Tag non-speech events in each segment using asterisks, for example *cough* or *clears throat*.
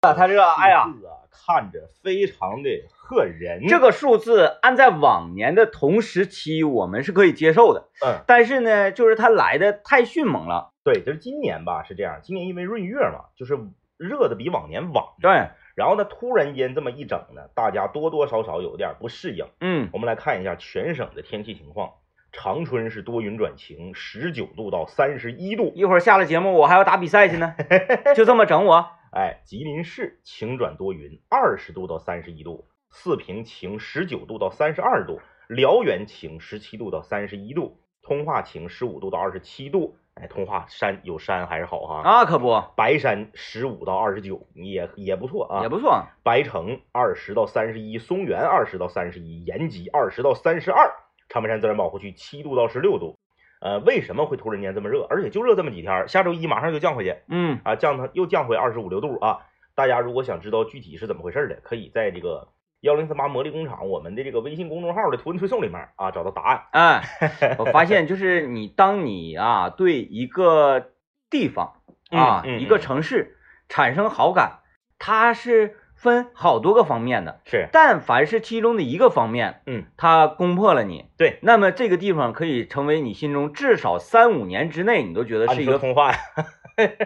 它这个哎呀，啊，看着非常的吓人。这个数字按在往年的同时期，我们是可以接受的。嗯，但是呢，就是它来的太迅猛了。对，就是今年吧，是这样，今年因为闰月嘛，就是热的比往年晚。对，然后呢，突然间这么一整呢，大家多多少少有点不适应。嗯，我们来看一下全省的天气情况。长春是多云转晴，十九度到三十一度。一会儿下了节目，我还要打比赛去 *laughs* 呢，就这么整我。哎，吉林市晴转多云，二十度到三十一度；四平晴，十九度到三十二度；辽源晴，十七度到三十一度；通化晴，十五度到二十七度。哎，通化山有山还是好哈。啊，可不，白山十五到二十九，也也不错啊。也不错。白城二十到三十一，松原二十到三十一，延吉二十到三十二，长白山自然保护区七度到十六度。呃，为什么会突然间这么热？而且就热这么几天儿，下周一马上就降回去嗯，啊，降它又降回二十五六度啊。大家如果想知道具体是怎么回事儿的，可以在这个幺零三八魔力工厂我们的这个微信公众号的图文推送里面啊找到答案。哎，我发现就是你，当你啊对一个地方啊、嗯嗯一个嗯城市产生好感，它是分好多个方面的。是，但凡是其中的一个方面，嗯，它攻破了你，对，那么这个地方可以成为你心中至少三五年之内，你都觉得啊是你一说个，通话呀， *laughs* *laughs*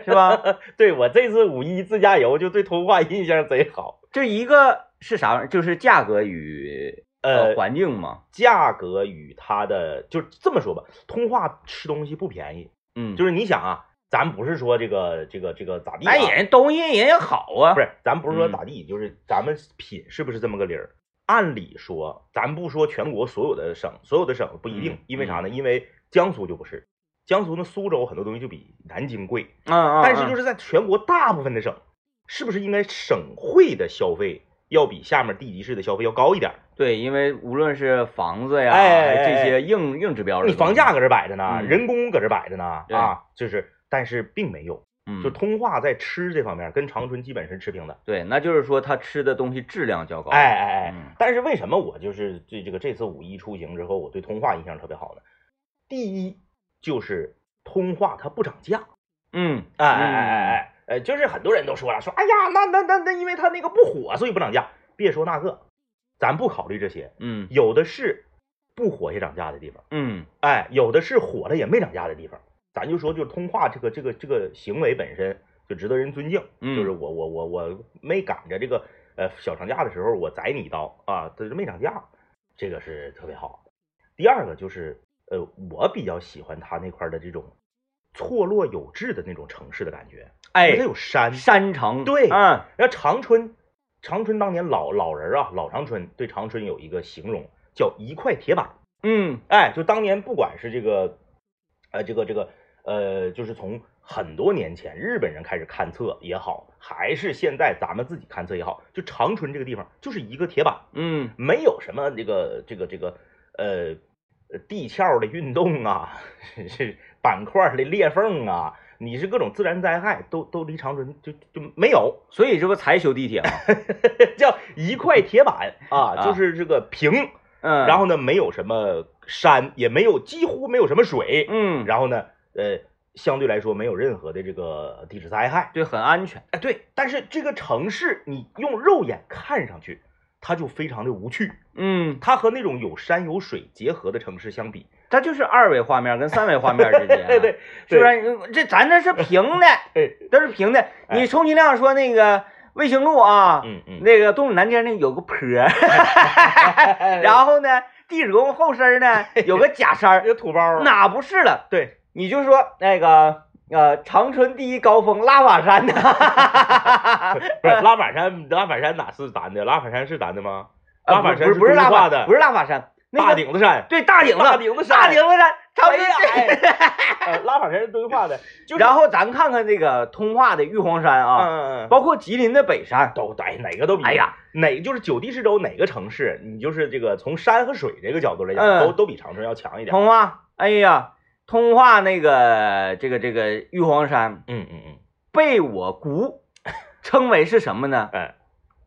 是吧？对我这次五一自驾游就对通话印象贼好。这一个是啥玩意儿？就是价格与呃，环境嘛。价格与它的就这么说吧，通化吃东西不便宜，嗯，就是是你想啊，咱不是说这个这个这个咋地、啊，哎，人东西人也好啊，不是，咱不是说嗯咋地，就是咱们品是不是这么个理儿？按理说，咱不说全国所有的省，所有的省不一定嗯，因为啥呢？因为江苏就不是，江苏那苏州很多东西就比南京贵，嗯，嗯嗯，但是就是是在全国大部分的省，是不是应该省会的消费要比下面地级市的消费要高一点儿？对，因为无论是房子呀，哎哎这哎些硬硬指标的东你西，房价搁这摆着呢，嗯人工搁这摆着呢，对啊，就是，但是并没有，嗯，就通化在吃这方面跟长春基本是持平的。对，那就是说他吃的东西质量较高，哎，哎哎，嗯但是为什么我就是对这个这次五一出行之后，我对通化印象特别好呢？第一就是通化它不涨价，嗯，哎哎哎哎哎，哎，呃，就是很多人都说了，说哎呀，那那那那，因为它那个不火，所以不涨价。别说那个，咱不考虑这些，嗯有的是不火也涨价的地方。嗯哎，有的是火了也没涨价的地方。咱就说，就是通话这个这个这个行为本身就值得人尊敬。嗯就是我我我我没赶着这个呃小长假的时候，我宰你一刀啊，这是没涨价，这个是特别好。第二个就是呃，我比较喜欢他那块儿的这种错落有致的那种城市的感觉，因为它哎，有山。山城，对嗯然后长春，长春当年老老人啊，老长春对长春有一个形容叫一块铁板。嗯哎，就当年不管是这个，呃，这个这个，呃，就是从很多年前日本人开始勘测也好，还是现在咱们自己勘测也好，就长春这个地方就是一个铁板，嗯没有什么这个这个这个，呃，呃地壳的运动啊， *laughs* 是板块的裂缝啊，你是各种自然灾害都都离长春就就没有， *laughs* 所以这不才修地铁吗？叫一块铁板啊，啊就是这个平，嗯，然后呢没有什么山，也没有几乎没有什么水，嗯，然后呢，呃，相对来说没有任何的这个地质灾害。对，很安全。哎，对，但是这个城市你用肉眼看上去，它就非常的无趣。嗯，它和那种有山有水结合的城市相比，哎它就是二维画面跟三维画面之间，啊 *laughs* 啊对对，是虽不然是？这咱这是平的， *laughs* 对这是平的。哎你充其量说那个卫星路啊，嗯嗯，哎那个东指南街那有个坡儿，然后呢，地主公后身 *laughs* 呢有个假山那儿，个土包儿，哪不是了？对， *laughs* 你就说那个呃，长春第一高峰拉瓦山呢， *laughs* 不是拉板山，拉板山哪是咱的？拉板山是咱的吗？啊拉板不山是不是拉规划瓦的，不是拉瓦山，那大个顶子 *laughs* 山，对大顶子大顶子山大顶子山，长春哎呀，哎拉板山是规划 *laughs* 的，就是然后咱看看这个通化的玉皇山嗯啊，嗯嗯，包括吉林的北山。都哎哪个都比哎呀，哪就是九地市州哪个城市，你就是这个从山和水这个角度来讲，嗯都都比长春要强一点。通化，哎呀，通化那个这个这个玉皇山嗯嗯嗯，被我姑称为是什么呢？哎，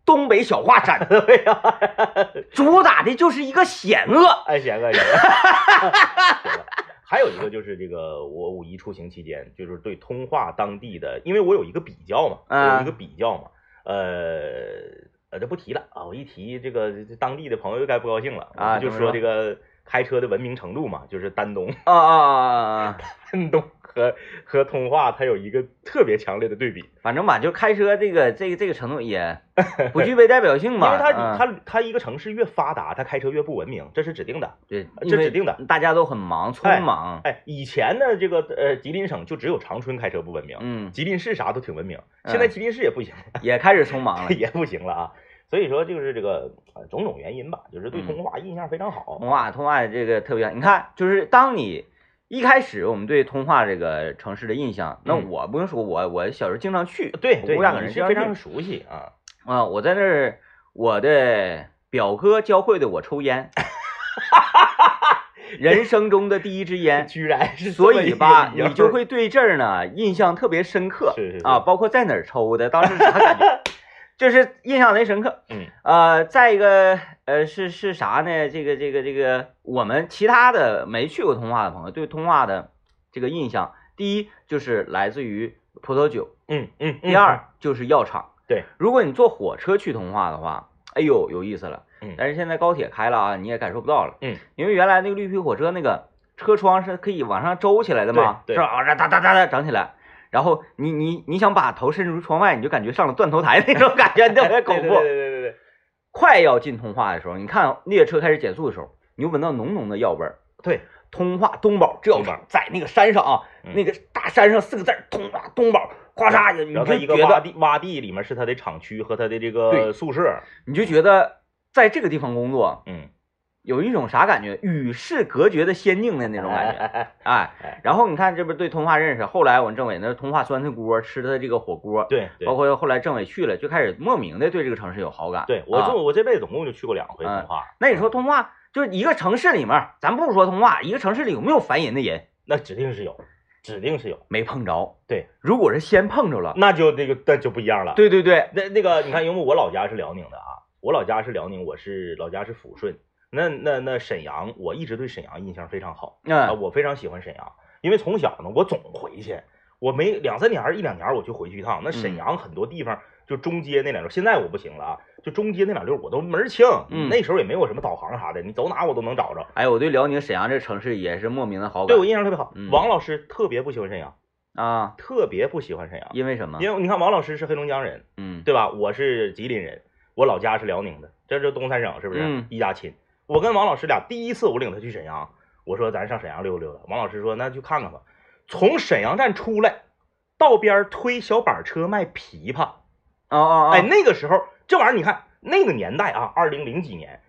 东北小华 *laughs* 山，对哎呀，主打的就是一个险恶。哎，贤哥，贤哥，行了还有一个就是这个，我五一出行期间，就是对通化当地的，因为我有一个比较嘛，嗯我有一个比较嘛，呃呃，这不提了啊，我一提这个这当地的朋友又该不高兴了啊我就怎么说说这个开车的文明程度嘛，就是丹东， *laughs* 啊啊啊啊！丹东和和通化它有一个特别强烈的对比，反正吧，就开车这个这个这个程度也不具备代表性 *laughs* 因嘛。为它嗯它它一个城市越发达，它开车越不文明，这是指定的。对，这因为指定的，大家都很忙，哎匆忙。哎，以前呢，这个呃，吉林省就只有长春开车不文明，嗯，吉林市啥都挺文明，现在嗯吉林市也不行了，也开始匆忙了。 *laughs* 也不行了啊。所以说就是这个呃种种原因吧，就是对嗯通化印象非常好。通话，通话这个特别，你看，就是当你一开始我们对通话这个城市的印象，那嗯我不用说，我我小时候经常去，对，我对们两个你人是经非常常去熟悉啊。啊，我在那儿，我的表哥教会的我抽 *laughs* 烟，人生中的第一支烟， *laughs* 居然是哎这所么一以个吧，理由你就会对这儿呢印象特别深刻是是是啊，包括在哪儿抽的，当时啥感觉， *laughs* 就是印象贼深刻。嗯呃，再一个呃是是啥呢？这个这个这个，我们其他的没去过通化的朋友对通化的这个印象，第一就是来自于葡萄酒，嗯嗯。嗯第二就是药厂。对，如果你坐火车去通化的话，哎呦有意思了。嗯但是现在高铁开了啊，你也感受不到了。嗯，因为原来那个绿皮火车那个车窗是可以往上周起来的嘛，对对是吧？啊哒哒哒哒哒长起来。然后你你你想把头伸出窗外，你就感觉上了断头台 *laughs* 那种感觉，特别 *laughs* 恐对怖对。对对对快要进通化的时候，你看列车开始减速的时候，你就闻到浓浓的药味儿。对，通化东宝这药东宝厂在那个山上啊，嗯那个大山上四个字儿通化东宝，对，咵嚓，你然后它一就个觉洼得地，洼地里面是它的厂区和它的对这个宿舍。你就觉得在这个地方工作嗯，有一种啥感觉，与世隔绝的仙境的那那种感觉。 *laughs* 觉。哎哎，然后你看这不是对通化认识，后来我们政委那通化酸菜锅吃的这个火锅，对对包。括后来政委去了，就开始莫名的对这个城市有好感。对我啊就我这辈子总共就去过两回嗯通化，那你说通化就是一个城市里面，咱不说通化，一个城市里有没有烦人的人？那指定是有，指定是有，没碰着。对，嗯如果是先碰着了，那就这个那就不一样了。对对对，那那个你看，因为我老家是辽宁的啊，我老家是辽宁，我是老家是抚顺。那那那沈阳，我一直对沈阳印象非常好啊，嗯我非常喜欢沈阳，因为从小呢我总回去，我没两三年儿一两年儿我就回去一趟。那嗯沈阳很多地方就中街那两溜儿，现在我不行了啊，就中街那两溜儿我都门儿清，嗯那时候也没有什么导航啥的，你走哪我都能找着。哎，我对辽宁沈阳这城市也是莫名的好感。对我印象特别好嗯，王老师特别不喜欢沈阳，啊，特别不喜欢沈阳，因为什么？因为你看王老师是黑龙江人，嗯，对吧？我是吉林人，我老家是辽宁的，这是东三省，是不是？嗯一家亲。我跟王老师俩第一次我领他去沈阳，我说咱上沈阳溜达溜达。王老师说那去看看吧。从沈阳站出来，道边儿推小板车卖枇杷，哦哦哦，哎，那个时候这玩意儿你看那个年代啊，二零零几年，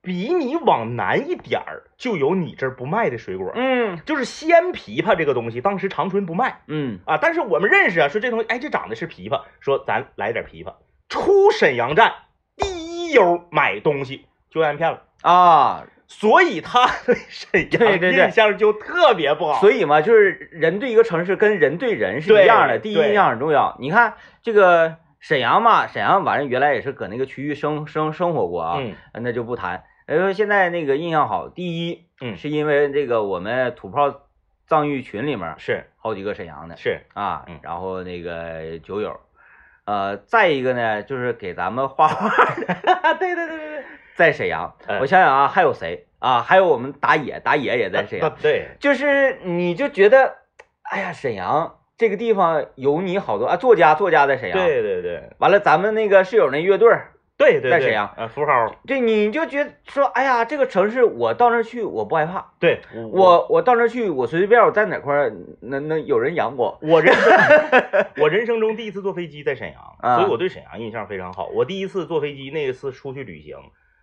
比你往南一点儿就有你这儿不卖的水果，嗯就是鲜枇杷这个东西，当时长春不卖。嗯，啊，但是我们认识啊，说这东西，哎，这长得是枇杷，说咱来点枇杷。出沈阳站第一悠买东西就挨骗了，啊，所以他对沈对对阳对印象就特别不好。所以嘛，就是人对一个城市跟人对人是对一样的，第一对印象很重要。你看这个沈阳嘛，沈阳反正原来也是搁那个区域生生生活过啊，嗯那就不谈。因为现在那个印象好，第一，嗯是因为这个我们土炮藏域群里面是好几个沈阳的是，啊嗯，然后那个酒友，呃，再一个呢，就是给咱们画画 *laughs* 对对对对在沈阳，哎我想想啊，还有谁啊？还有我们打野，打野也在沈对，阳。呃对，就是你就觉得，哎呀，沈阳这个地方有你好多啊，作家作家在沈阳，，对对对完了咱们那个室友那乐队儿，对对，在沈阳啊，符号，对，你就觉得说，哎呀，这个城市我到那儿去我不害怕，对我我到那儿去我随随便我在哪块儿能能有人养我，我人生 *laughs* 我人生中第一次坐飞机在沈阳，啊所以我对沈阳印象非常好。我第一次坐飞机那一次出去旅行，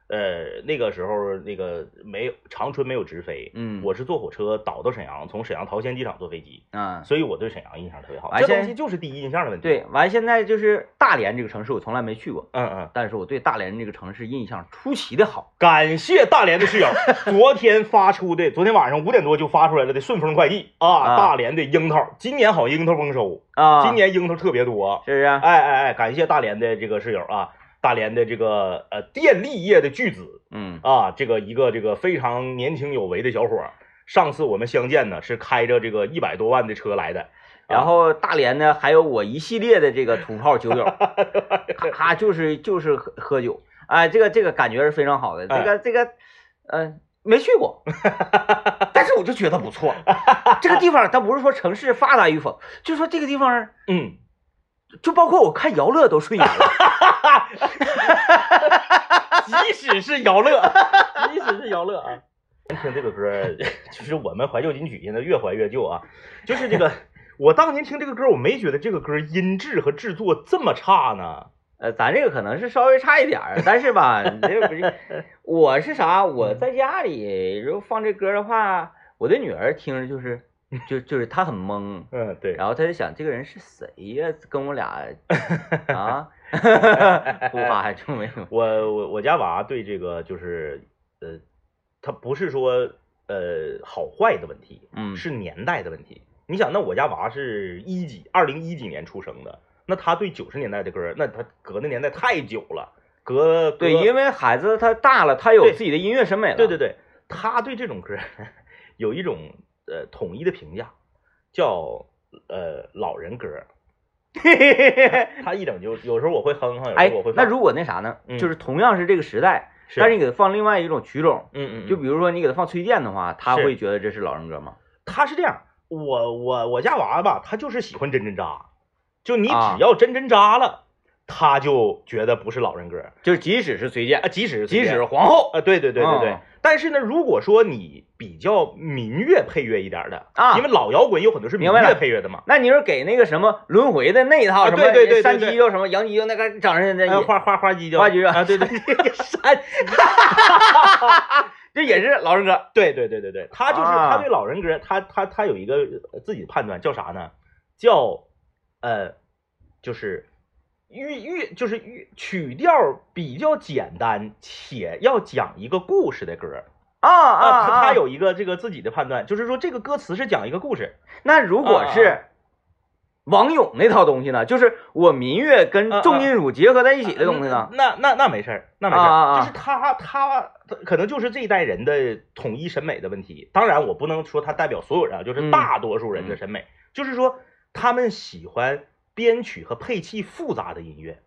呃，那个时候那个没有长春没有直飞，嗯我是坐火车倒到沈阳，从沈阳桃仙机场坐飞机，嗯，所以我对沈阳印象特别好。而这且东西就是第一印象的问题。，哎对，完现在就是大连这个城市我从来没去过，嗯嗯，但是我对大连这个城市印象出奇的好，感谢大连的 *laughs* 室友，昨天发出的，昨天晚上五点多就发出来了的顺丰快递啊，啊大连的樱桃，今年好像樱桃丰收，啊，今年樱桃特别多。是不是啊？哎哎哎，感谢大连的这个室友啊，大连的这个呃电力业的巨子嗯，啊，这个一个这个非常年轻有为的小伙儿。上次我们相见呢，是开着这个一百多万的车来的，然后大连呢还有我一系列的这个土炮酒友，咔咔就是就是喝喝酒，哎，这个这个感觉是非常好的，这个这个，呃，没去过，但是我就觉得不错，这个地方它不是说城市发达与否，就说这个地方。嗯，就包括我看姚乐都顺眼了， *laughs* *laughs* 即使是姚乐， *laughs* 即使是姚乐啊， *laughs* 听这个歌，就是我们怀旧金曲，现在越怀越旧啊，就是这个，我当年听这个歌，我没觉得这个歌音质和制作这么差呢。呃，咱这个可能是稍微差一点儿，但是吧，你这个不是，我是啥？我在家里如果放这歌的话，我的女儿听着就是，就就是她很懵，嗯，对，然后她就想这个人是谁呀、跟我俩 *laughs* 啊，不发就没有，我我我家娃对这个就是呃，他不是说呃好坏的问题，嗯是年代的问题。你想，那我家娃是一几二零一几年出生的，那他对九十年代的歌，那他隔那年代太久了，隔对，隔因为孩子他大了，他有对自己的音乐审美了，对对对，他对这种歌 *laughs* 有一种呃统一的评价，叫呃老人歌。 *laughs* 他一整就有时候我会哼哼，有时哎候我会，那放如果那啥呢？嗯就是同样是这个时代，是但是你给他放另外一种曲种，嗯嗯嗯就比如说你给他放崔健的话，他是会觉得这是老人歌吗？他是这样，我我我家娃娃吧，他就是喜欢真真扎，就你啊只要真真扎了，他就觉得不是老人歌就是即使是崔啊，健，即使是即使是啊、皇后对对对对对。啊但是呢，如果说你比较民乐配乐一点的啊因为老摇滚有很多是民明白乐了配乐的嘛，那你说给那个什么轮回的那一套啊什么对对对对山对鸡叫什么杨鸡叫那个掌声哎那花花花鸡叫花鸡叫啊，*laughs* 对对 *laughs* 山，这也是老人歌。对对对对对，他就是啊他对老人歌，他他他有一个自己的判断，叫啥呢？叫呃，就是乐乐就是乐曲调比较简单，且要讲一个故事的歌啊啊他他有。有一个这个自己的判断，就是说这个歌词是讲一个故事，那如果啊是王勇那套东西呢？就是我民乐跟啊啊重金属结合在一起的东西呢？那那那没事儿，那没事啊啊儿，啊就是他他他可能就是这一代人的统一审美的问题。当然，我不能说他代表所有人啊，就是嗯大多数人的审美，就是说他们喜欢编曲和配器复杂的音乐。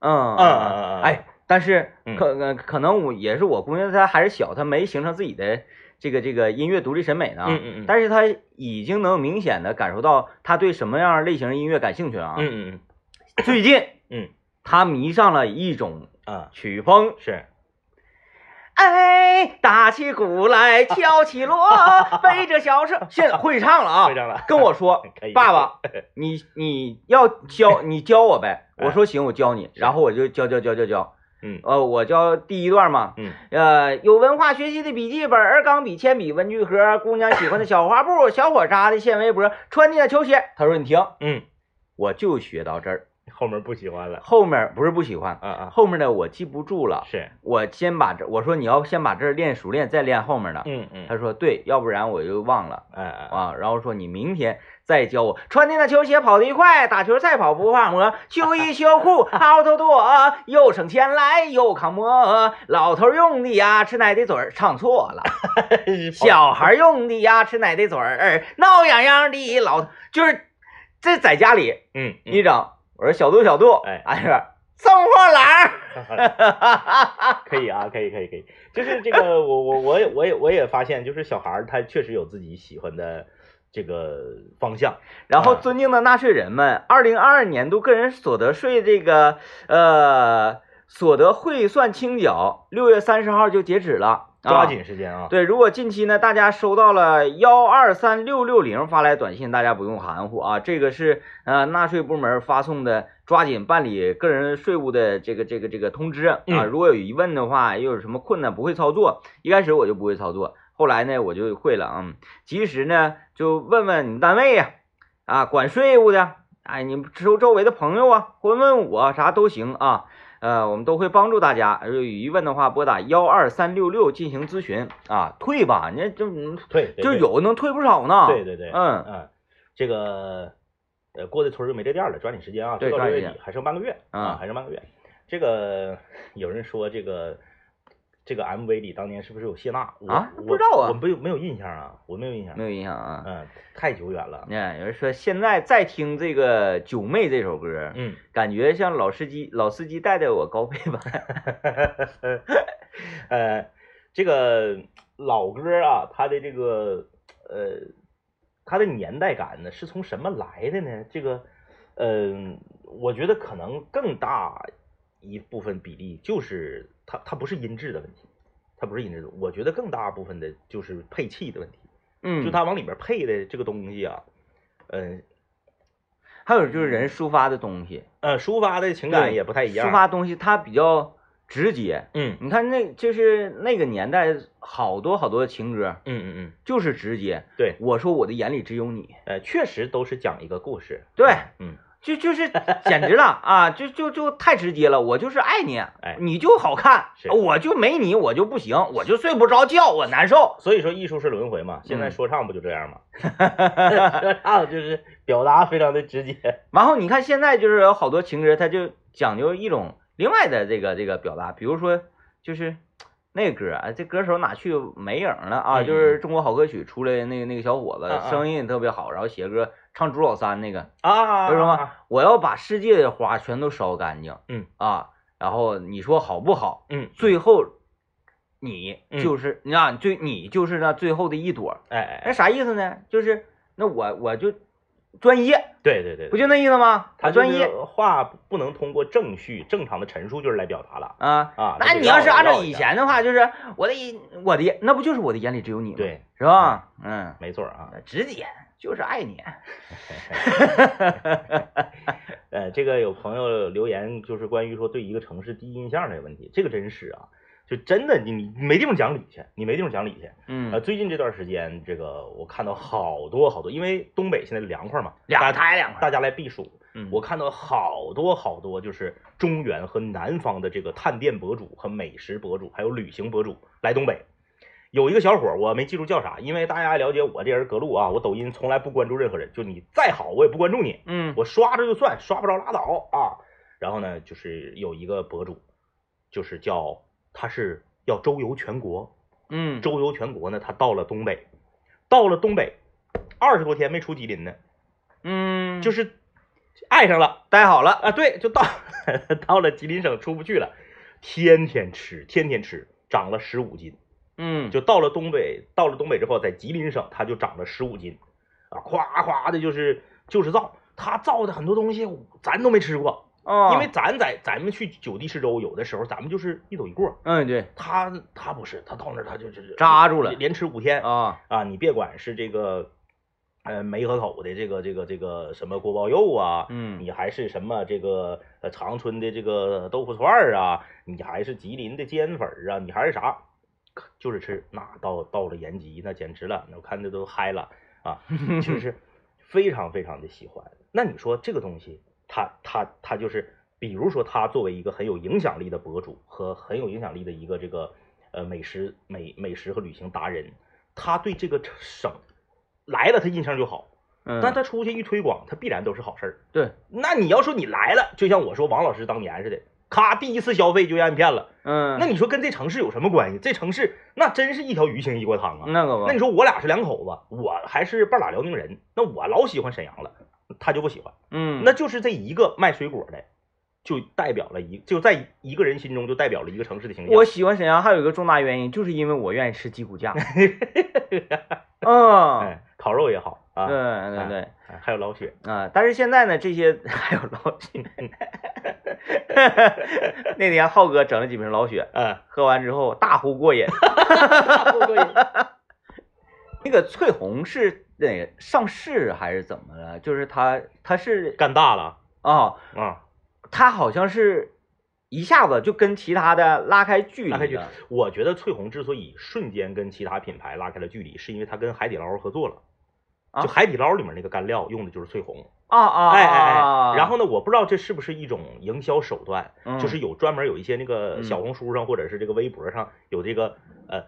嗯嗯嗯嗯嗯哎，但是嗯可可可能我也是我姑娘，她还是小，她没形成自己的这个这个音乐独立审美呢。嗯嗯嗯啊但是她已经能明显的感受到她对什么样类型的音乐感兴趣了啊。嗯嗯最近，嗯，她迷上了一种嗯啊，曲风，是哎，打起鼓 *laughs* 来，敲起锣，背着小手，现在会唱了啊，会唱嗯了跟我说 *laughs* 可 *laughs* 以，爸爸，你你要教你教我 *laughs* 呗。我说行，我教你。然后我就教教教教教，哎嗯呃，我教第一段嘛，嗯呃，有文化学习的笔记本儿、钢笔、铅笔、文具盒，姑娘喜欢的小花布，小伙扎的线围脖，穿的球鞋。他说你停，嗯，我就学到这儿，后面不喜欢了。后面不是不喜欢，啊啊，后面的我记不住了。是，我先把这，我说你要先把这儿练熟练，再练后面的。嗯嗯，他说对，要不然我就忘了哎哎 *laughs* *laughs* 哎，啊。然后说你明天再教我，穿的那球鞋跑得快，打球赛跑不怕磨，秋衣秋 *laughs* 裤 out d o 又省钱来又抗磨。老头用的呀，吃奶的嘴儿唱错 *laughs* 了，小孩用的呀，吃奶的嘴儿哎闹痒痒的老，就是这在家里嗯，嗯一整，我说小度小度，哎俺说送货郎儿。 *laughs* 可以啊，可以，可以，可以，就是这个，我我我也我也我也发现，就是小孩儿他确实有自己喜欢的这个方向，然后，啊尊敬的纳税人们，二零二二年度个人所得税这个呃所得汇算清缴，六月三十号就截止了，啊抓。紧时间啊。对，如果近期呢，大家收到了幺二三六六零发来短信，大家不用含糊啊，这个是呃纳税部门发送的，抓紧办理个人税务的这个这个这个通知啊。嗯如果有疑问的话，又有什么困难不会操作，一开始我就不会操作，后来呢我就会了啊。嗯及时呢就问问你单位呀、啊，管税务的，哎，你周周围的朋友啊，或问我啥都行啊。呃，我们都会帮助大家。呃有疑问的话，拨打幺二三六六进行咨询啊。退吧，你这嗯对，对就对有能退不少呢。对对对，嗯嗯，这个呃，过的村儿就没这店儿了，抓紧时间啊，对就到抓六紧月时底还剩半个月嗯啊，还剩半个月。这个有人说这个这个 MV 里当年是不是有谢娜我啊我不知道啊我没有没有印象啊，我没有印象没，有印象啊。嗯，太久远了，你看，有人说现在再听这个《九妹》这首歌，嗯，感觉像老司机老司机带带我高 *laughs* 配版。呃，这个老歌啊，它的这个呃，它的年代感呢，是从什么来的呢？这个，嗯、我觉得可能更大一部分比例就是它，它不是音质的问题，它不是音质的，我觉得更大部分的就是配器的问题，嗯，就它往里边配的这个东西啊，嗯还有就是人抒发的东西，呃，抒发的情感对也不太一样，抒发东西它比较直接。嗯，你看那，就是那个年代好多好多情歌嗯嗯嗯，就是直接。对，我说我的眼里只有你，呃，确实都是讲一个故事，对嗯，就就是简直了啊！就就就太直接了，我就是爱你，哎你就好看是，我就没你我就不行，我就睡不着觉，我难受。所以说艺术是轮回嘛，现在嗯说唱不就这 *laughs* 样吗？说唱就是表达非常的 *laughs* 直接，然后你看现在就是有好多情歌，它就讲究一种另外的这个这个表达，比如说就是那个歌，哎，这歌手哪去没影了啊？嗯就是中国好歌曲出来那个那个小伙子，啊啊声音特别好，然后写歌唱朱老三那个，啊为什么？我要把世界的花全都烧干净，嗯啊，然后你说好不好？嗯，最后你嗯就是、你看，最你就是那最后的一朵，哎哎那哎，啥意思呢？就是那我我就专一，对对对，不就那意思吗？他专一就是话不能通过正序正常的陈述就是来表达了啊。啊。那得你要是绕按绕照一以下，前的话，就是我的一我的那不就是我的眼里只有你吗？，对，是吧？嗯，没错啊。直接就是爱 *laughs* 你。呃，这个有朋友留言就是关于说对一个城市第一印象这个问题，这个真是啊，就真的你你你没地方讲理去，你没地方讲理去。呃，嗯，最近这段时间，这个我看到好多好多，因为东北现在凉快嘛，两大个家胎两大个。家来避暑，嗯我看到好多好多就是中原和南方的这个探店博主和美食博主，还有旅行博主来东北。有一个小伙儿，我没记住叫啥，因为大家了解我这人隔路啊，我抖音从来不关注任何人，就你再好我也不关注你，嗯我刷着就算，刷不着拉倒啊。然后呢，就是有一个博主，就是叫他是要周游全国，嗯，周游全国呢，他到了东北，到了东北，二十多天没出吉林呢，嗯，就是是爱上了待好了。啊，对，就到 *laughs* 到了吉林省出不去了，天天吃，天天吃，长了十五斤，嗯，就到了东北，到了东北之后，在吉林省他就长了十五斤，啊，夸夸的就是就是造，他造的很多东西咱都没吃过，哦，因为咱在咱们去九地市州，有的时候咱们就是一走一过。嗯对他他不是，他到那儿他就就是扎住了连吃五天啊，啊，你别管是这个，呃，梅河口的这个这个这个什么锅包肉啊，嗯你还是什么这个呃长春的这个豆腐串儿啊，你还是吉林的煎粉儿啊，你还是啥，可就是吃。那到到了延吉，那简直了，那我看的都嗨了啊，*laughs* 就是非常非常的喜欢。那你说这个东西，它它它就是，比如说他作为一个很有影响力的博主和很有影响力的一个这个呃美食美美食和旅行达人，他对这个省来了他印象就好，嗯，但他出去一推广，他必然都是好事儿。对，那你要说你来了，就像我说王老师当年似的，咔第一次消费就让人骗了，嗯，那你说跟这城市有什么关系？这城市那真是一条鱼腥一锅汤啊！那个吧，那你说我俩是两口子，我还是半拉辽宁人，那我老喜欢沈阳了，他就不喜欢，嗯，那就是这一个卖水果的，就代表了一就在一个人心中就代表了一个城市的形象。我喜欢沈阳还有一个重大原因，就是因为我愿意吃鸡骨 *laughs* 架。嗯，哎，烤肉也好啊对，对对，哎还有老雪，啊，但是现在呢，这些 *laughs* 还有老雪，那天浩哥整了几瓶老雪，嗯，喝完之后大呼过瘾。 *laughs* 那个翠红是那个上市还是怎么了？就是它，它是 *laughs* 干大了啊，啊！它好像是一下子就跟其他的拉开距离拉开距了我觉得翠红之所以瞬间跟其他品牌拉开了距离，是因为他跟海底捞合作了。啊就海底捞里面那个干料用的就是翠红，啊啊！哎哎啊哎，然后呢，我不知道这是不是一种营销手段，嗯就是有专门有一些那个嗯小红书上或者是这个微博上有这个呃，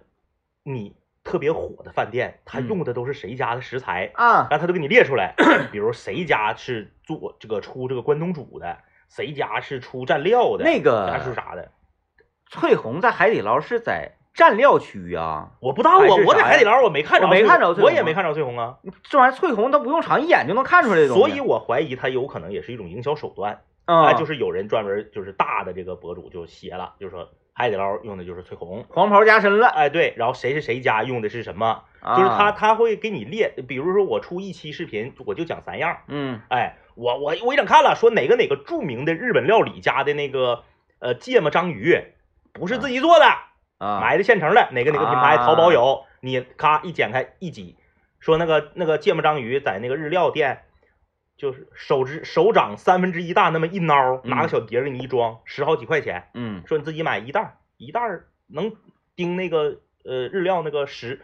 你特别火的饭店，它嗯用的都是谁家的食材，啊，然后他都给你列出 *clears throat* 来，比如谁家是做这个出这个关东煮的，谁家是出蘸料的，那谁家出个啥的，翠红在海底捞是在蘸料区啊，我不知道啊，还是我在啥呀海底捞我没看着我翠没红，看着翠我红也啊没看着翠红啊，这玩意儿翠红它不用尝，一眼就能看出来这种。所以，我怀疑它有可能也是一种营销手段。啊、啊，就是有人专门就是大的这个博主就写了，就说海底捞用的就是翠红，黄袍加身了，哎对，然后谁是谁家用的是什么，啊、就是他，他会给你列，比如说我出一期视频，我就讲三样，嗯哎，我我我一整看了，说哪个哪个著名的日本料理家的那个呃芥末章鱼不是自己做的，啊，买的现成的，哪个哪个品牌，啊淘宝有，你咔一剪开一挤，说那个那个芥末章鱼在那个日料店，就是手指手掌三分之一大那么一孬，嗯拿个小碟儿给你一装，十好几块钱，嗯说你自己买一袋儿，一袋儿能盯那个呃日料那个十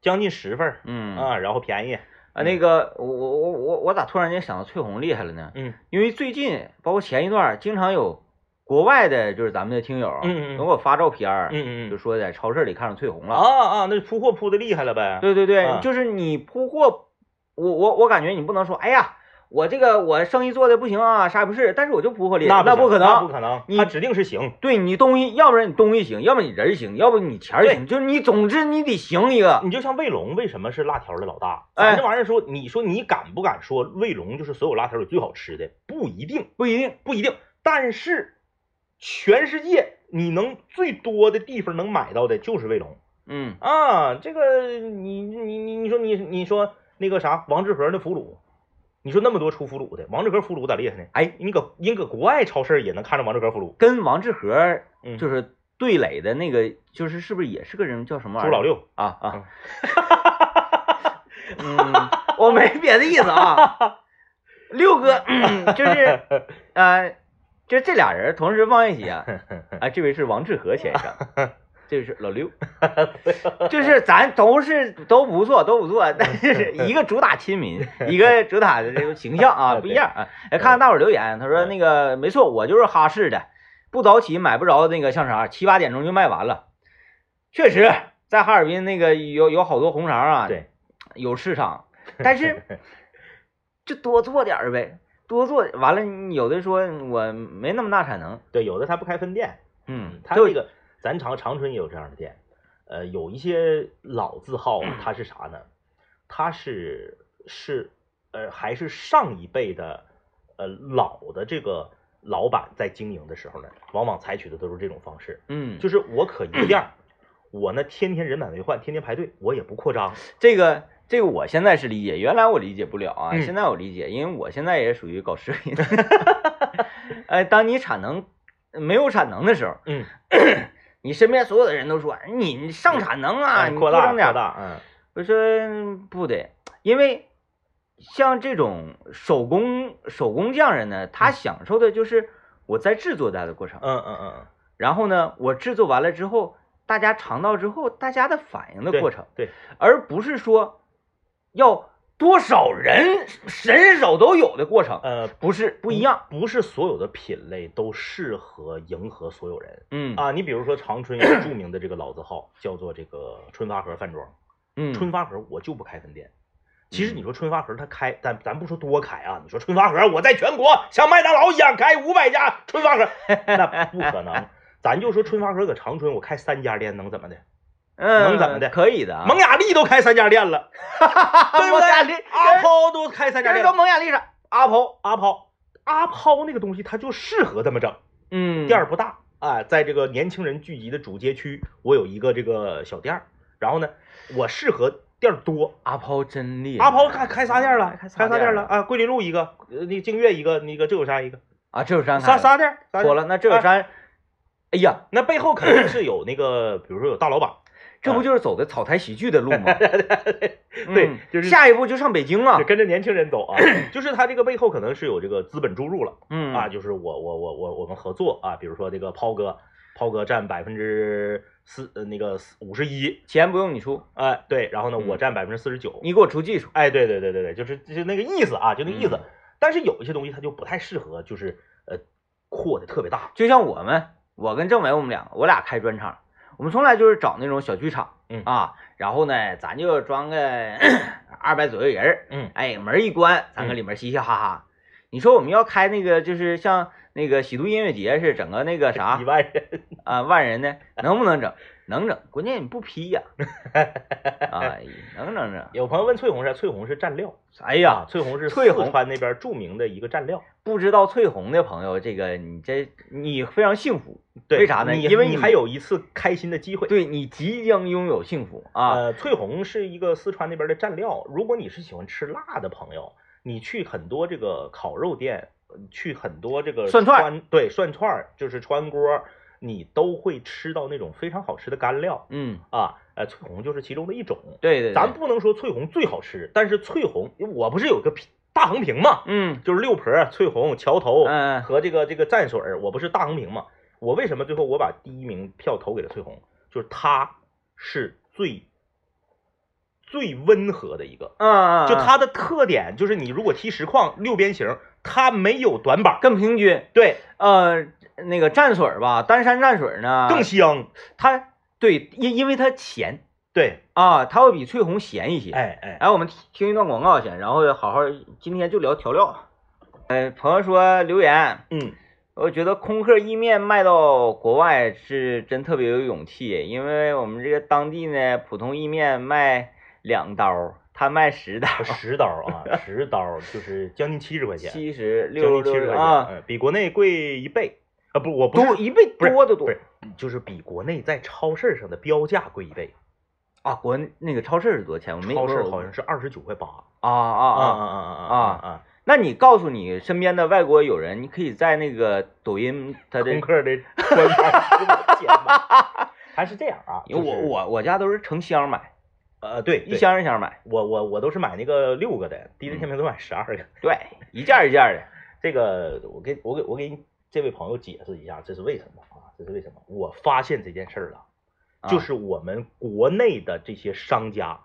将近十份儿嗯啊，然后便宜，啊，那个我我我我我咋突然间想到翠红厉害了呢？嗯，因为最近包括前一段儿，经常有国外的，就是咱们的听友，嗯嗯嗯给我发照片儿，嗯嗯哎就嗯，说在超市里看上翠红了。啊啊，那铺货铺的厉害了呗，对对对，啊就是你铺货，我我我感觉你不能说，哎呀，我这个我生意做的不行啊，啥也不是，但是我就铺货厉害，那那不可行那不能。可能，你他指定是行，对你东西，要不然你东西行，要不然你人行，要不然你钱儿行，就是你总之你得行一个。你就像卫龙，为什么是辣条的老大？哎咱这玩意儿说，你说你敢不敢说卫龙就是所有辣条里最好吃的？不一定，不一定，不一定。但是全世界你能最多的地方能买到的就是卫龙嗯啊！这个你你你你说你你说那个啥王致和那腐乳，你说那么多出腐乳的，王致和腐乳咋厉害呢？哎，你搁你搁国外超市也能看着王致和腐乳，跟王致和嗯，就是是对垒的那个，就是是不是也是个人叫什么玩朱意老儿六。啊啊？嗯，我没别的意思啊。六哥，嗯就是呃，就这俩人同时放一起啊。啊，这位是王致和先生，这位是老六，就是咱都是都不错，都不错，但是一个主打亲民，一个主打的这个形象啊不一样啊。哎，看看大伙儿留言，他说那个没错，我就是哈市的，不早起买不着那个香肠，七八点钟就卖完了。确实，在哈尔滨那个有有好多红肠啊，对，有市场， *laughs* 但是就多做点儿呗，多做完了，你有的说我没那么大产能，对，有的他不开分店，嗯，他就这个咱长长春也有这样的店，呃，有一些老字号嗯啊，它是啥呢？它是是呃还是上一辈的呃老的这个老板在经营的时候呢，往往采取的都是这种方式，嗯，就是我可一个 *clears throat* 店儿，我呢天天人满为患，天天排队，我也不 *sniffs* 扩张，这个这个我现在是理解，原来我理解不了啊，嗯现在我理解，因为我现在也属于搞食品。 *laughs* 哎，当你产能没有产能的时候，嗯，你身边所有的人都说你你上产能啊，嗯你扩多大整扩点儿。大，嗯我说嗯不得，因为像这种手工手工匠人呢，他享受的就是我在制作它的过程，嗯嗯嗯嗯，然后呢，我制作完了之后，大家尝到之后，大家的反应的对过程。对，而不是说要多少人人手都有的过程，呃。不是不一样。不是所有的品类都适合迎合所有人，嗯啊，你比如说长春有著名的这个老字号，叫做这个春发河饭庄。嗯，春发河我就不开分店。其实你说春发河它开，咱咱不说多开啊，你说春发河我在全国像麦当劳一样开五百家春发河，那不可能。咱就说春发河搁长春，我开三家店能怎么的？嗯能怎么的可以的啊，蒙雅丽都开三家店了，对不蒙雅对丽？阿抛都开三家这店叫了，蒙雅丽上阿婆。阿抛阿抛那个东西它就适合这么整。嗯，店儿不大啊，在这个年轻人聚集的主街区，我有一个这个小店儿。然后呢，我适合店儿多。阿婆真厉害，阿抛开开仨店儿了，开开仨仨店儿店儿了了啊！桂林路一个，呃，那个净月一个，那个这有山一个，啊，这有山仨看仨店儿，仨妥店儿。了，那这有山，哎呀，那背后肯定是有那个，比如说有大老板，这不就是走的草台喜剧的路吗？啊 *laughs* 对嗯就是下一步就上北京了就。跟着年轻人走啊， *clears throat* 就是他这个背后可能是有这个资本注入了嗯啊，就是我我我我我们合作啊，比如说这个抛哥，抛哥占百分之四呃那个五十一，钱不用你出，哎对，然后呢嗯我占百分之四十九，你给我出技术。哎，对对对对对，就是就是那个意思啊，就那个意思。嗯但是有一些东西它就不太适合，就是呃扩的特别大。就像我们，我跟政委我们两个，我俩开专场，我们从来就是找那种小剧场，嗯啊，然后呢，咱就装个 *clears throat* 二百左右人儿，嗯哎，门一关，咱搁里面嘻嘻哈哈。你说我们要开那个，就是像那个喜都音乐节是整个那个啥一万人，啊万人呢，能不能整？能整，关键你不批呀、啊， *laughs* 能整整。 *laughs* 有朋友问翠红是翠红是蘸料，哎呀啊，，翠红是翠红四川那边著名的一个蘸料。不知道翠红的朋友，这个你这你非常幸福，对为啥呢你因为你你还有一次开心的机会。对你即将拥有幸福啊！呃，翠红是一个四川那边的蘸料。如果你是喜欢吃辣的朋友，你去很多这个烤肉店，呃去很多这个涮串儿川对涮串儿就是川锅，你都会吃到那种非常好吃的干料嗯，啊。呃，翠红就是其中的一种。对对，对咱不能说翠红最好吃，但是翠红，我不是有个评大横评嘛，嗯就是六婆、啊翠红、桥头嗯和这个这个蘸水儿，我不是大横评嘛？我为什么最后我把第一名票投给了翠红？就是她是最最温和的一个，嗯，就她的特点就是你如果踢实况六边形，她没有短板，更平均。对，呃，那个蘸水儿吧，丹山蘸水儿呢，更香，它对，因因为它咸对，啊，它会比翠红咸一些。哎哎，来，我们听听一段广告先，然后好好今天就聊调料。呃，朋友说留言，嗯，我觉得空客意面卖到国外是真特别有勇气，因为我们这个当地呢，普通意面卖两刀，他卖十刀，十刀啊，十刀就是将近七十块钱，哦七十将六近七十六块钱，啊，嗯比国内贵一倍啊，不，我不多是一倍不是多的多不是，就是比国内在超市上的标价贵一倍，啊！国内那个超市是多少钱？我没超市我好像是二十九块八。啊啊啊啊！啊啊啊！那你告诉你身边的外国友人，你可以在那个抖音他的功课的官方还是这样啊， *laughs* 因为我就是我我家都是成箱买，呃对一，箱一嗯箱买，对我我我都是买那个六个的，第一天没都买十二个。对，一件儿一件儿的。这个我给我给我给你这位朋友解释一下，这是为什么啊？这是为什么？我发现这件事儿了，啊就是我们国内的这些商家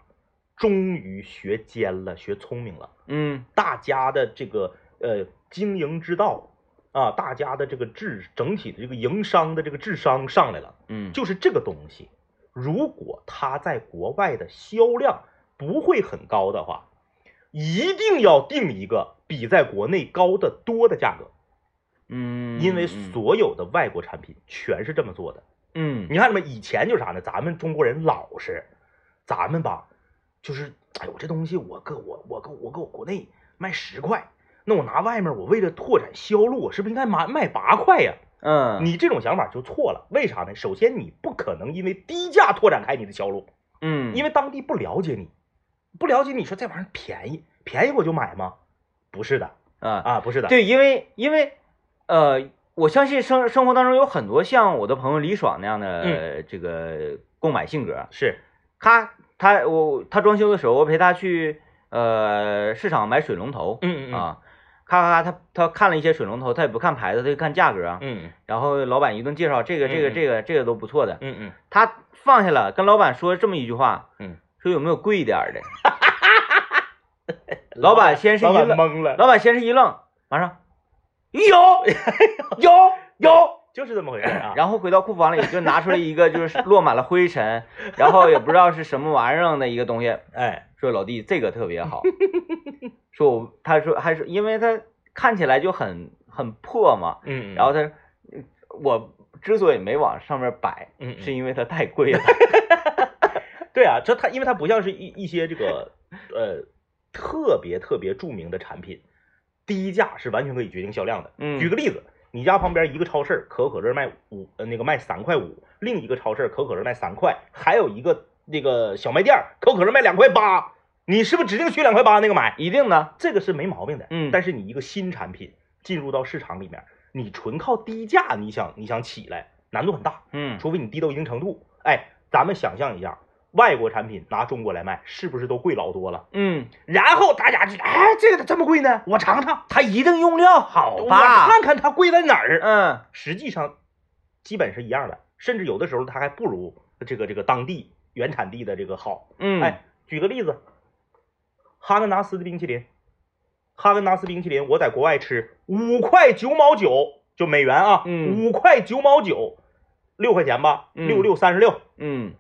终于学尖了，学聪明了。嗯大家的这个呃经营之道啊，大家的这个智整体的这个营商的这个智商上来了，嗯，就是这个东西，如果它在国外的销量不会很高的话，一定要定一个比在国内高得多的价格，嗯，因为嗯所有的外国产品全是这么做的。嗯你看什么？以前就是啥呢？咱们中国人老实，咱们吧，就是哎呦，这东西我搁我我搁我搁我国内卖十块，那我拿外面，我为了拓展销路，我是不是应该卖卖八块呀？嗯，你这种想法就错了。为啥呢？首先，你不可能因为低价拓展开你的销路，嗯，因为为当地不了解你，不了解你说这玩意儿便宜，便宜我就买吗？不是的啊，啊，不是的，对，因为因为呃，我相信生生活当中有很多像我的朋友李爽那样的这个购买性格，是他他我他装修的时候，我陪他去呃市场买水龙头，嗯嗯嗯啊，咔咔咔，他他看了一些水龙头，他也不看牌子，他就看价格啊，嗯然后老板一顿介绍，这个这个嗯嗯这个这个都不错的，嗯嗯他放下了，跟老板说这么一句话，嗯，说有没有贵一点儿 *laughs* 的？老板先是一老板愣，懵了，老板先是一愣，马上有有有，就是这么回事儿啊。然后回到库房里就拿出来一个就是落满了灰尘，然后也不知道是什么玩意儿的一个东西，哎，说老弟这个特别 *laughs* 好，说我他说还是因为他看起来就很很破嘛，嗯，然后他说嗯我之所以没往上面摆，嗯嗯是因为它太贵了。对啊，这它因为它不像是一一些这个呃特别特别著名的产品，低价是完全可以决定销量的。嗯举个例子，你家旁边一个超市可口可乐卖五呃那个卖三块五，另一个超市可口可乐卖三块，还有一个那个小卖店儿可口可乐卖两块八，你是不是指定去两块八那个买？一定的，这个是没毛病的。嗯但是你一个新产品进入到市场里面，你纯靠低价，你想你想起来难度很大。嗯，除非你低到一定程度。哎，咱们想象一下，外国产品拿中国来卖，是不是都贵老多了？嗯，然后大家就哎，这个这么贵呢？我尝尝，它一定用料好我吧？看看它贵在哪儿。嗯实际上，基本是一样的，甚至有的时候它还不如这个这个当地原产地的这个好。嗯，哎，举个例子，哈根达斯的冰淇淋，哈根达斯冰淇淋，我在国外吃五块九毛九，就美元啊，嗯五块九毛九，六块钱吧，嗯六六三十六，嗯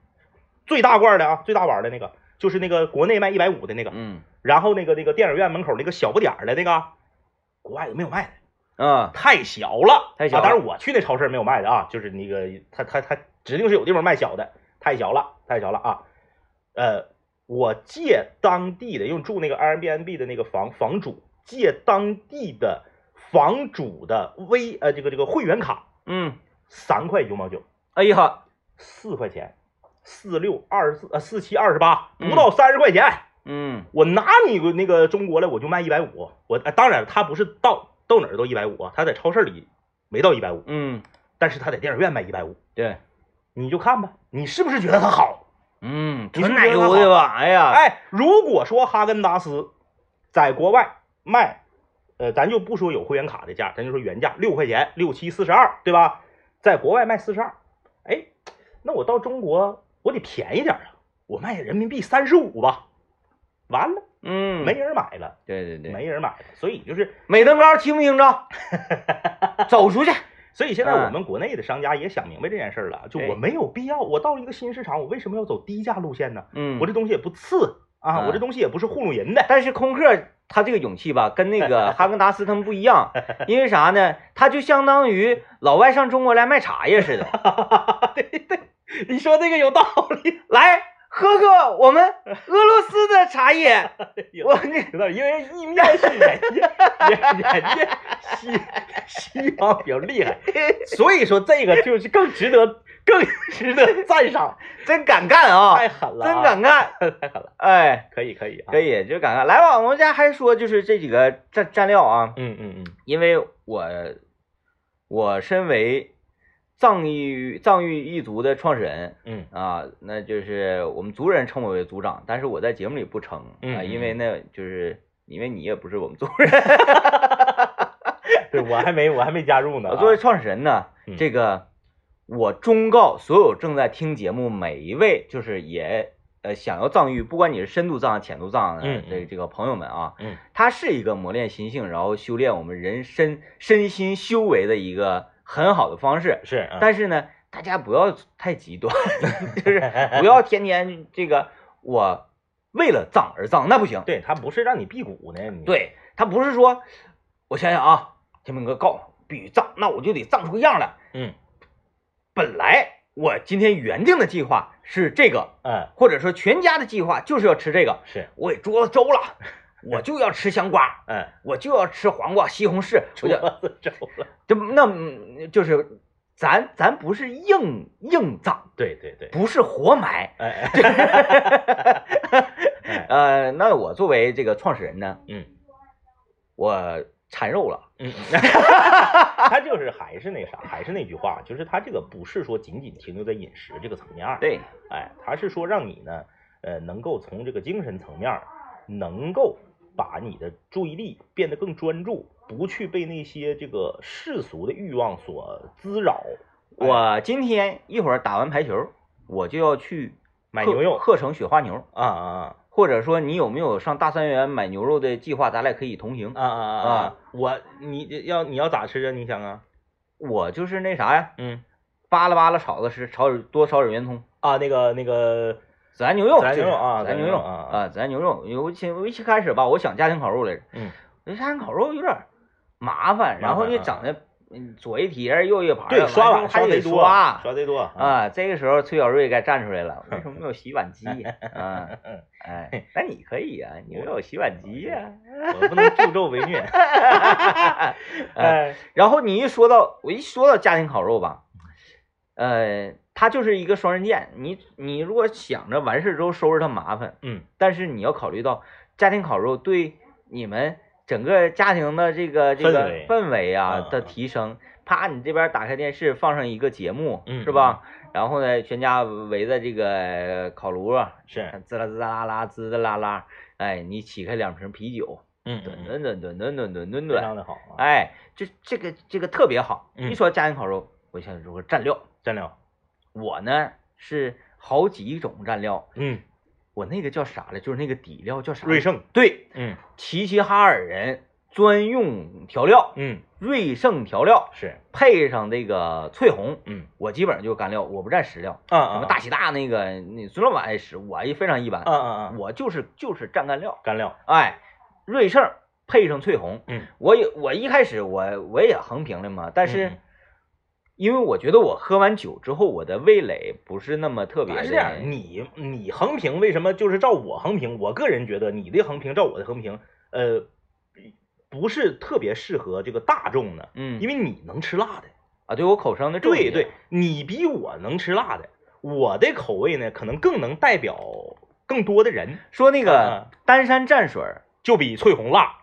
最大罐儿的啊，最大碗儿的那个，就是那个国内卖一百五的那个，嗯然后那个那个电影院门口那个小不点儿的那个，国外没有卖的，啊，太小了，太小啊了当然我去那超市没有卖的啊，就是那个他他他指定是有地方卖小的，太小了，太小了啊。呃，我借当地的，因为住那个 Airbnb 的那个房房主借当地的房主的微呃这个这个会员卡，嗯，三块九毛九，哎呀，四块钱，四六二十四呃四七二十八，嗯不到三十块钱。嗯我拿你个那个中国来，我就卖一百五。我、呃当然，他不是到到哪儿都一百五，啊他在超市里没到一百五，嗯，但是他在电影院卖一百五。对，你就看吧，你是不是觉得它好？嗯，你纯是不是奶觉得油好的玩意儿，哎，如果说哈根达斯在国外卖，呃，咱就不说有会员卡的价，咱就说原价六块钱，六七四十二，对吧？在国外卖四十二，哎，那我到中国我得便宜点啊，我卖人民币三十五吧。完了，嗯，没，人买了，对对对，没人买了，所以就是美登高听不听 *laughs* 着？走出去，所以现在嗯我们国内的商家也想明白这件事儿了，就对我没有必要，我到一个新市场，我为什么要走低价路线呢？嗯，我这东西也不次啊，嗯我这东西也不是糊弄人的。 *laughs* 但是空客他这个勇气吧，跟那个哈根达斯他们不一样，因为啥呢？他就相当于老外上中国来卖茶叶似 *laughs* 的，你说这个有道理，来喝喝我们俄罗斯的茶叶。有我这道理，因为意面是人家， *laughs* 人人家西西方比较厉害，所以说这个就是更值得更值得赞赏，真敢干啊，太狠了、真啊，敢干，太狠了， *laughs* 哎，可以可以啊，可以，以，就敢干。来吧，我们家还说就是这几个蘸蘸料啊，嗯嗯嗯，因为我我身为藏裔藏裔一族的创始人，嗯啊，那就是我们族人称我为族长，但是我在节目里不称嗯啊，嗯因为嗯那就是因为你也不是我们族 *laughs* 人，对我还没我还没加入呢、啊我作为创始人呢，嗯这个我忠告所有正在听节目每一位，就是也呃想要藏域，不管你是深度藏、浅度藏的嗯嗯这这个朋友们啊，嗯它是一个磨练心性，然后修炼我们人身身心修为的一个很好的方式，是，嗯但是呢，大家不要太极端， *laughs* 就是不要天天这个我为了藏而藏，那不行。对他不是让你辟谷呢，你对他不是说，我想想啊，天明哥告诉我必须藏，那我就得藏出个样来。嗯本来我今天原定的计划是这个，嗯或者说全家的计划就是要吃这个，是我给捉周 *laughs* 了，我就要吃香瓜，嗯，我就要吃黄瓜、西红柿，我桌就子走了，就那嗯就是咱咱不是硬硬藏，对对 *laughs* 对，不是活埋。哎，哎呃，那我作为这个创始人呢，嗯我缠肉了， *laughs* 嗯，他就是还是那啥，还是那句话，就是他这个不是说仅仅停留在饮食这个层面儿，对，哎，他是说让你呢，呃，能够从这个精神层面儿，能够把你的注意力变得更专注，不去被那些这个世俗的欲望所滋扰。哎我今天一会儿打完排球，我就要去买鹤牛肉鹤城雪花牛，啊啊或者说你有没有上大三元买牛肉的计划？咱俩可以同行啊啊。啊啊！我你要你要咋吃啊？你想啊？我就是那啥呀，嗯扒拉扒拉炒着吃，炒点多炒点圆葱，啊，那个那个孜然牛肉，孜然就牛肉是啊孜孜然然牛牛肉肉啊啊，孜然牛肉。尤其我一开始吧，我想家庭烤肉来着，嗯我觉得家庭烤肉有点麻烦，然后麻就烦啊整的嗯左一盘右一盘儿，对，完刷之后碗还刷得贼多，刷。刷贼多啊！啊，这个时候崔小瑞该站出来了，为什么没有洗碗机 *laughs* 呀？啊，哎，那你可以啊，你没有洗碗机呀、嗯我不能助纣为虐。 *laughs* 哎，然后你一说到，我一说到家庭烤肉吧，呃，它就是一个双刃剑。你你如果想着完事之后收拾它麻烦，嗯，但是你要考虑到家庭烤肉对你们整个家庭的这个这氛个围氛围啊嗯的嗯提升。啪，你这边打开电视放上一个节目，嗯是吧？然后呢，全家围在这个烤炉啊，是，滋啦滋啦啦，滋滋啦啦，哎，你起开两瓶啤酒，嗯吨吨吨吨吨吨吨吨非吨，常的好啊。哎，就这个这个特别好。嗯一说家庭烤肉，我想说蘸料，蘸料，我呢是好几种蘸料，嗯，我那个叫啥来？就是那个底料叫啥？瑞盛，对，嗯齐齐哈尔人专用调料，嗯瑞盛调料，是，配上这个翠红，嗯我基本上就是干料，我不蘸实料。什啊啊嗯么大喜大那个，那孙老板爱吃，我也非常一般啊。啊啊，我就是就是蘸干料，干料，哎，瑞盛配上翠红，嗯，我也我一开始我我也横评了嘛，但是嗯嗯因为我觉得我喝完酒之后我的味蕾不是那么特别还的，是这样，你你横评为什么就是照我横评？我个人觉得你的横评照我的横评，呃，不是特别适合这个大众的，嗯，因为你能吃辣的，啊，对我口上的重对一点对，，你比我能吃辣的，我的口味呢可能更能代表更多的人，说那个啊丹山蘸水儿，就比翠红辣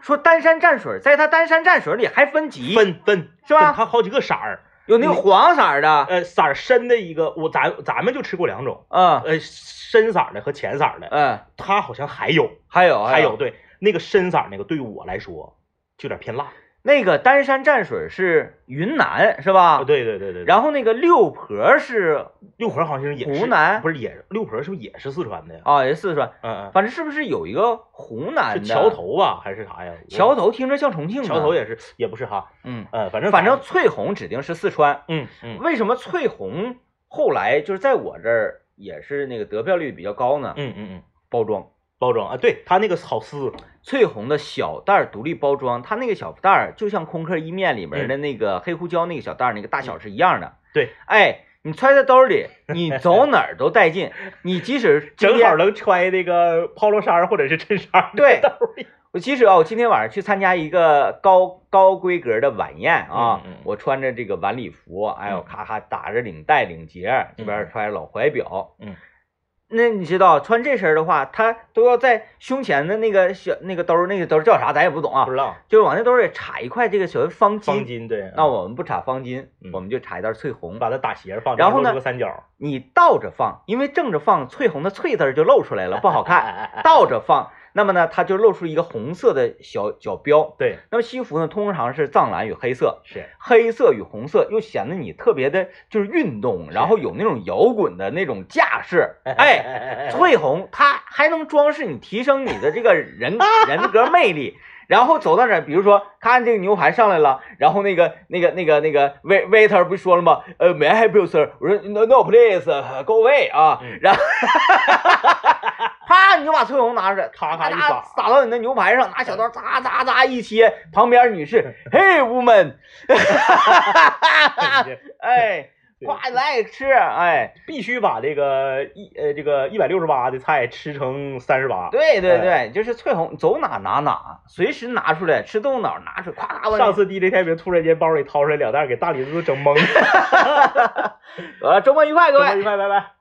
说丹山蘸水儿，在它丹山蘸水儿里还分级，分嗯分是吧分它好几个色儿，有那个黄色儿的，呃，色儿深的一个，我咱咱们就吃过两种，嗯呃，深色儿的和浅色儿的，嗯，它好像还有。还有还有对那个深色儿那个，对我来说就有点偏辣。那个丹山蘸水是云南是吧？啊，。对对对对。后然后那个六婆是六婆好像是也是湖南不是也是六婆是不是也是四川的呀？啊，也是四川，嗯反正是不是有一个湖南嗯，是的桥？头吧还是啥呀？我桥头听着像重庆的。桥头，也是也不是哈，嗯，呃，反正反正翠红指定是四川。嗯嗯为什么翠红后来就是在我这儿也是那个得票率比较高呢？嗯嗯嗯，包装，包装啊，对他那个草丝，翠红的小袋儿独立包装，它那个小袋儿就像空客意面里面的那个黑胡椒那个小袋儿那个大小是一样的。嗯对，哎，你揣在兜里，你走哪儿都带 *laughs* 劲。你即使今正天好能揣那个 polo 衫儿或者是衬衫儿对那兜里。我即使啊，我今天晚上去参加一个高高规格的晚宴啊，嗯嗯我穿着这个晚礼服，哎呦，嗯咔咔打着领带领结，这边揣着老怀表，嗯，那你知道穿这身的话，他都要在胸前的那个小那个兜儿那个兜儿叫啥，咱也不懂啊不，知道就是往那兜里插一块这个所谓方巾。方巾对，那我们不插方巾，嗯我们就插一袋翠红，把它打斜放，然后呢露出个三角儿，你倒着放，因为正着放翠红的翠字儿就露出来了，不好 *laughs* 看。看。倒着放，那么呢，它就露出一个红色的小角标。对，那么西服呢，通常是藏蓝与黑色，是黑色与红色又显得你特别的，就是运动，然后有那种摇滚的那种架势。哎， *laughs* 哎翠红它还能装饰你，提升你的这个人人格魅力。然后走到哪儿，比如说看这个牛排上来了，然后那个那个那个那个 wait waiter 不说了吗？呃，may I help you sir？我说 no no please uh, go away 啊嗯，然后啪你就把翠红拿出来，咔咔咔嚓一撒撒到你的牛排上，拿小刀扎扎扎一切。旁边女士，Hey woman，哎，对夸来吃，哎，必须把这个一呃这个一百六十八的菜吃成三十八。对对哎对，就是翠红走哪拿哪，随时拿出来吃豆脑，拿出来夸夸往上次 DJ 天明突然间包里掏出来两袋，给大李子都整懵了。呃，周末愉快，各周位 *laughs* 末愉。快，拜拜。